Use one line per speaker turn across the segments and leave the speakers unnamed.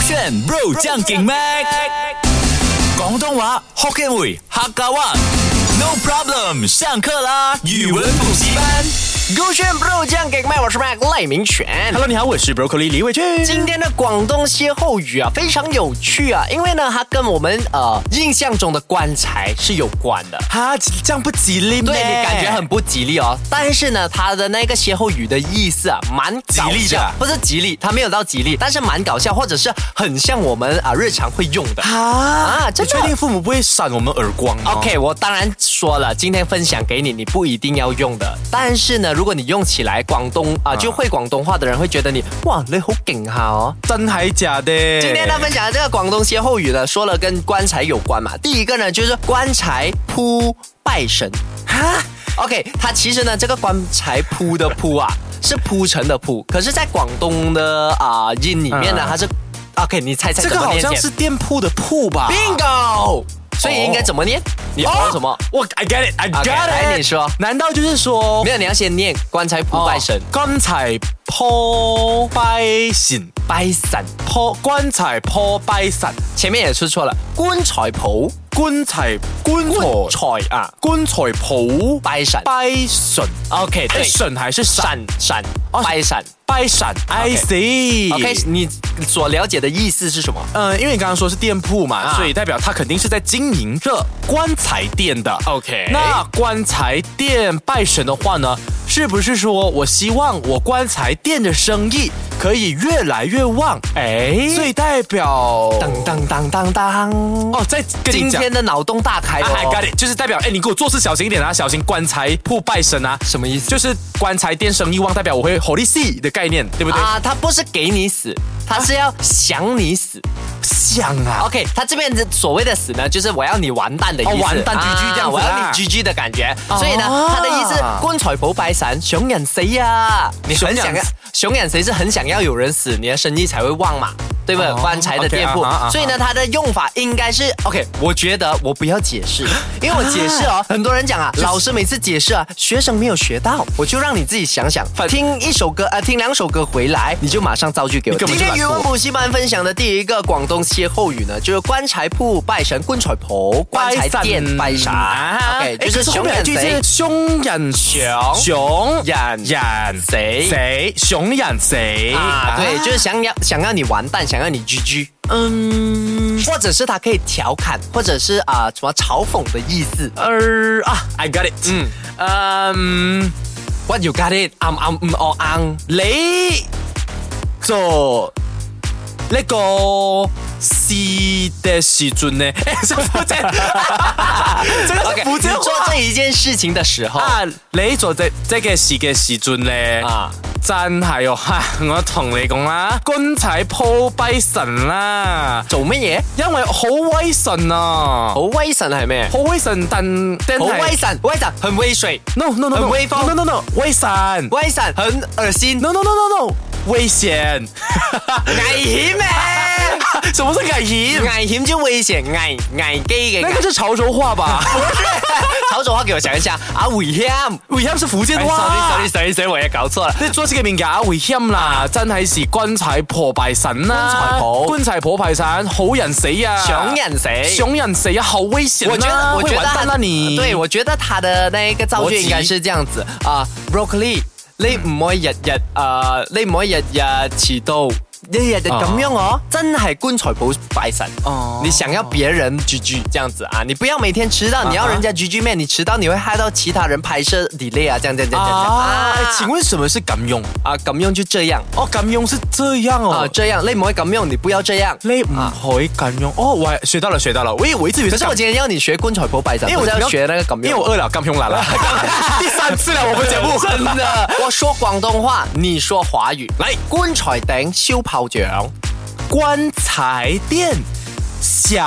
选 Bro 将劲 Mac，广东话 Hokkien 语客家话。No problem，上课啦！语文补习班。
勾选 bro 酱给麦，我是 Mac 赖明全。
Hello，你好，我是 Broccoli 李伟俊。
今天的广东歇后语啊，非常有趣啊，因为呢，它跟我们呃印象中的棺材是有关的。
哈，这样不吉利咩
对你感觉很不吉利哦，但是呢，它的那个歇后语的意思啊，蛮搞笑
吉利的啊
不是吉利，它没有到吉利，但是蛮搞笑，或者是很像我们啊日常会用的。
哈
啊真
你
的
确定父母不会扇我们耳光吗
OK，我当然说了，今天分享给你，你不一定要用的。
嗯
但是呢，如果你用起来，广东啊、就会广东话的人会觉得你哇，你好劲下哦。
真还假的？
今天呢，分享的这个广东歇后语呢，说了跟棺材有关嘛。第一个呢，就是棺材铺拜神。
哈，
OK，它其实呢，这个棺材铺的铺啊，是铺成的铺，可是，在广东的啊、音里面呢，
嗯
它是 OK，你猜猜
这
怎
个
么
好
念
像
先
是店铺的铺吧
bingo，所以应该怎么念？你要说什么？
哦我 I get it，I
OK，
get it。
来你说
难道就是说
没有，你要先念棺材铺拜神，
哦棺材破拜神，
拜神，
破棺材破拜神，
前面也出错了，棺材铺，
棺材棺
棺
材
材啊，
棺材破
拜神
拜神，
，OK，
哎
对，
神还是神
闪闪
哦
拜神
拜神，I
OK
see。
，OK，你所了解的意思是什么？
嗯，因为你刚刚说是店铺嘛，
啊
所以代表他肯定是在经营着棺材店的。
OK
那棺材店拜神的话呢，是不是说我希望我棺材店的生意可以越来越旺？
哎
所以代表
当当当当当，
哦，再跟
今
你讲。
天的脑洞大开
啊，I got
哦，
it，就是代表哎，你给我做事小心一点啊，小心棺材铺拜神啊，
什么意思？
就是棺材店生意旺，代表我会 holy see 的概念，对不对？
啊，他不是给你死，他是要想你死。
像啊，
OK，他这边的所谓的死呢，就是我要你完蛋的意思，啊
哦完蛋 GG 这样子啦哦
我要你 GG 的感觉。所以呢，他的意思，棺材铺拜神，熊人谁呀、你很
熊
想要
人，
熊人谁是很想要有人死，你的生意才会旺嘛。对不对？
哦
棺材的
OK，
店铺
啊哈啊哈
所以呢，它的用法应该是 OK。我觉得我不要解释， 因为我解释哦，很多人讲啊，老师每次解释啊，学生没有学到，我就让你自己想想。听一首歌，呃，听两首歌回来，你就马上造句给我
你根
听。
本
今
就懒
天
惰
语文补习班分享的第一个广东歇后语呢，就是棺材铺拜神，棺材婆，棺材店拜
嗯
神。OK，就是
啊后
熊
面
人
句
贼
是熊人
熊
熊
人
人
谁
谁熊人谁
啊，对，就是想要想要你完蛋，想要你 GG。嗯，或者是他可以调侃，或者是啊、什么嘲讽的意思。
呃啊，I got it，嗯嗯，
What you got it？嗯嗯嗯哦 嗯，
你做呢個事的時陣呢？ 哎，是福建，这 个是
OK，
福
你
建
做
話
这一件事情的时候，
啊！你做这这嘅事嘅時陣咧，
啊
真係哦，哈！我同你講啦，棺材鋪拜神啦，
做乜嘢？
因為好威神啊，
好威神系咩？
好威神，但但係
好威神，威神很威水，
，no no no
很
no
威風
no no no 威神
威神很恶心，
，no no no no no 危險。
危险咩？
什么是改型？
危险就危险，危危机嘅
那。个是潮州话 吧？
潮州话给我想一下，啊危险。哎
危险是福建话。
sorry sorry sorry，我也搞错了。
你做事嘅名假危險啦，真係是棺材破敗神啦！
棺材婆
棺材破敗神，好人死啊！
熊人谁？
熊人死啊！好危險啊！
我觉得，我觉
會
得
完蛋啦
他
你！
对，我觉得他的那个造
逻
句
辑
应该是这样子啊、b r o c c o l i 你唔可以日日啊，你唔可以日日迟到。你日日咁樣哦，真係棺材鋪拜神。
哦
你想要別人 GG 這樣子啊，你不要每天遲到，
啊
你要人家 GG 咩？你遲到你會害到其他人拍攝 delay 啊，這樣這樣這樣這樣。
啊，請
問
問什麼是咁用？
啊，咁樣就這樣
哦，咁用是這樣
啊，
哦。
這樣你唔可以咁樣，你不要這樣。
你唔可以咁用哦，我學到了，學到了。我以我一直以為
可
是
是我
咁，
今天要你學棺材鋪拜神，
因為
不
我
是要
剛
學那個咁樣。
因為我餓了，咁用啦啦。 第三次了，我們節 目
真的， 我说广东话，你说华语。
来
棺材顶烧炮仗，
棺材店想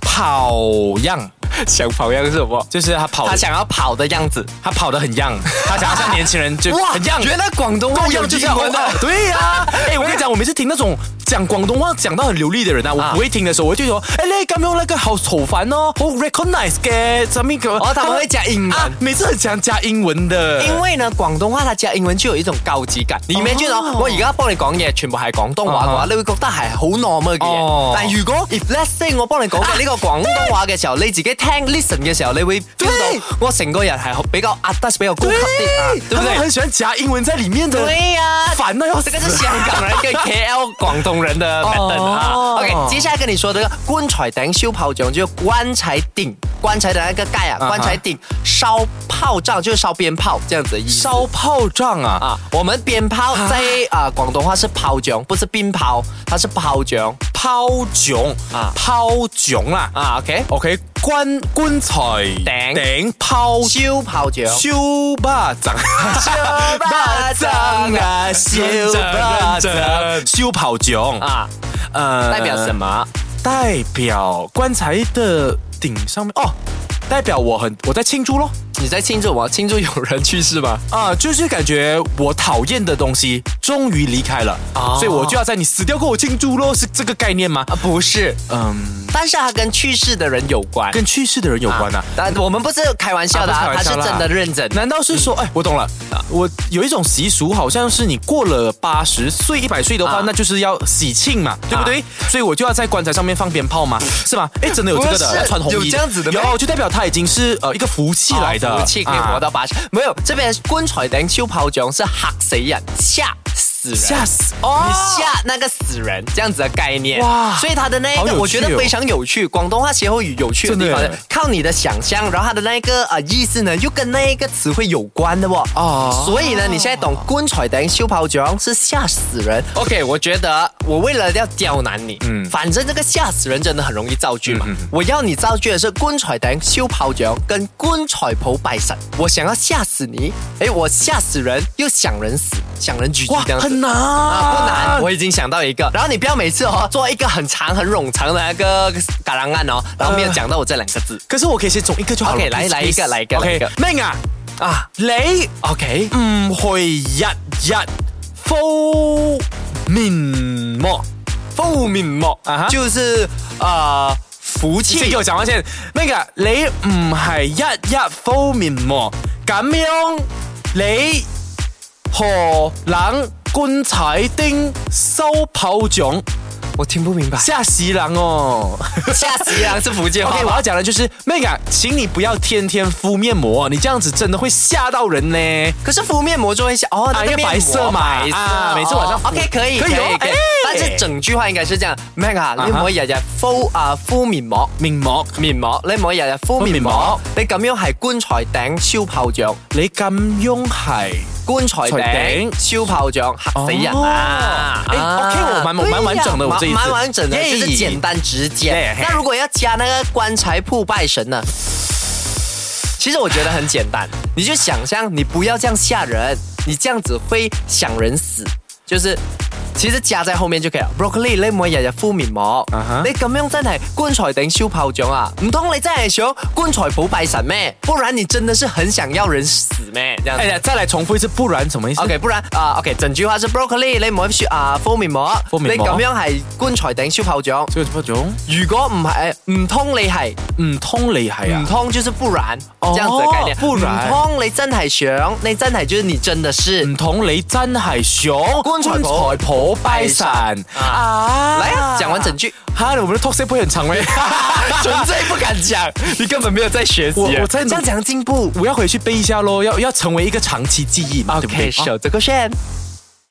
跑样，
想跑样是什么？
就是他跑，
他想要跑的样子。
他跑得很样，他想要像年轻人就很样。
原来广东话
够
有
样就
英
是要
文的。
对呀、哎，我跟你讲，我每次听那种讲广东话讲到很流利的人啊，我
啊
不会听的时候，我就说，哎，你咁样那个好丑烦哦，好 recognize 嘅，怎么个？
哦他们会加英文
啊，每次很想加英文的，
因为呢，廣東話它加英文就有一種高級感。你 imagine
哦
哦，我而家幫你講嘢全部係廣東話嘅
啊哈
話，你會覺得係好 normal 嘅
哦啊
嘢。但如果 if let's say 我幫你講嘅呢個廣東話嘅時候，你自己聽 listen 嘅時候，你會 feel
對
到我成個人係比較 a t t 比較高級啲啊
对，，
對
他
不
们
對？
很喜欢夹英文在里面的，
對呀、
烦的要死
啊这。个是香港人 跟 KL 广东人的 pattern 啊。
哦
OK，接下来跟你说这个棺材顶烧炮仗，就是棺材顶，棺材的那个盖
哈
啊，棺材顶烧炮仗就是烧鞭炮这样子的意思。
烧炮仗啊，
啊，我们鞭炮在啊广东话是炮仗，不是鞭炮，它是炮仗
炮囧
啊
炮囧啦
啊。OK，
，OK，棺棺材
頂
顶炮
烧炮仗。
修巴掌，
烧炮仗啊，烧炮仗
修炮囧啊，
啊，
呃
代表什？么？
代表棺材的顶上面哦，代表我很我在庆祝咯。
你在庆祝吗？庆祝有人去世吗？
啊，就是感觉我讨厌的东西终于离开了，
哦
所以我就要在你死掉过后庆祝咯，是这个概念吗？
啊，不是，
嗯，
但是它跟去世的人有关。
跟去世的人有关啊。
但我们不是开玩笑的、
啊
啊，
不
他
是开玩笑
是
啦
真的认真。
难道是
嗯
说，哎，我懂了，
啊
我有一种习俗，好像是你过了八十岁、一百岁的话，
啊
那就是要喜庆嘛，对不对？所以我就要在棺材上面放鞭炮嘛，是吗？哎，真的有这个
嗯不
的，
是
要穿红衣，
有这样子的咩
有，就代表他已经是呃一个福气来的，啊
福气可以活
到
到八十、没有这边棺材顶烧炮仗是吓死人，吓死人，
吓死哦
你吓那个死人这样子的概念。
哇
哇，所以他的那
好
一
有
个
趣
我觉得
哦
非常有趣，广东话歇后语有趣的地方
真
呢
的耶，
靠你的想象，然后他的那一个呃意思呢又跟那一个词汇有关的哦。
哦
所以呢，你现在懂棺材顶烧炮仗是吓死人。OK，我觉得我为了要刁难你，
嗯
嗯，反正这个吓死人真的很容易造句嘛。
嗯嗯嗯
我要你造句的是棺材顶烧炮仗跟棺材铺拜神，我想要吓死你，诶，我吓死人又想人死，想人举
哇
这，样子。
很难
啊，不难，我已经想到一个。然后你不要每次哦做一个很长很冗长的那个嘎啷案哦，然后没有讲到我这两个字
可是我可以先中一个就好了。
OK，来来一个来一个
OK，
来一个
命啊，
啊。
你
OK，
唔会日日敷面膜，敷面膜啊哈。
就是呃福
先
气
给我讲话先，那个你唔系一日敷面膜，咁样你何能棺材丁收炮仗？
我听不明白，
吓死人哦！
吓死人是福建话
OK，我
吧。
要讲的就是 Mega，请你不要天天敷面膜，你这样子真的会吓到人呢。
可是敷面膜就会想哦，那
因为
个面膜
白色嘛
白色
啊每次晚上敷
哎 OK 可以
可
可
以
以
哦
可以
哎，
但是整句话應該是這樣 m e g 你唔可以日日敷啊敷面膜。
面膜，
面膜，你唔可以日日敷面膜
敷，
你咁樣係棺材頂燒炮仗，
你咁樣係
棺材頂燒炮仗嚇死人啊！
哦哦哎
啊
OK，我蠻我蠻完整的
對
我這一次
呀蠻蠻完整的，
耶
就是簡單直接
耶。
那如果要加那個棺材铺拜神呢？其实我觉得很简单，你就想象你不要这样吓人，你这样子会想人死，就是。其實加在後面就可以啦。Broccoli，你唔可以日日敷面膜
啊哈
你咁樣真係棺材頂燒炮仗啊！唔通你真係想棺材鋪拜神咩？不然你真的是很想要人死咩？這樣子
哎呀，再来重复一次，不然什么意思
OK，不然啊、o k 整句話是 Broccoli，你唔可以雪啊敷面膜，
敷面膜
你咁樣係棺材頂燒炮仗。
这个不中，
如果唔係，唔通你係？
唔通你係啊
唔？通就是不然，
哦
这样子的概念。
不然
唔通你真係想，你真係就是你真的是。
唔通你真係想
棺材婆
棺婆拜神
啊
啊？
来啊，讲完整句，
哈，我们的 talk s e 不会很长 哎。
纯粹不敢讲，你根本没有在学习
我我在
这
努
样讲进步。
我要回去背一下喽，要要成为一个长期记忆嘛，对不对啊
OK，？守这个线。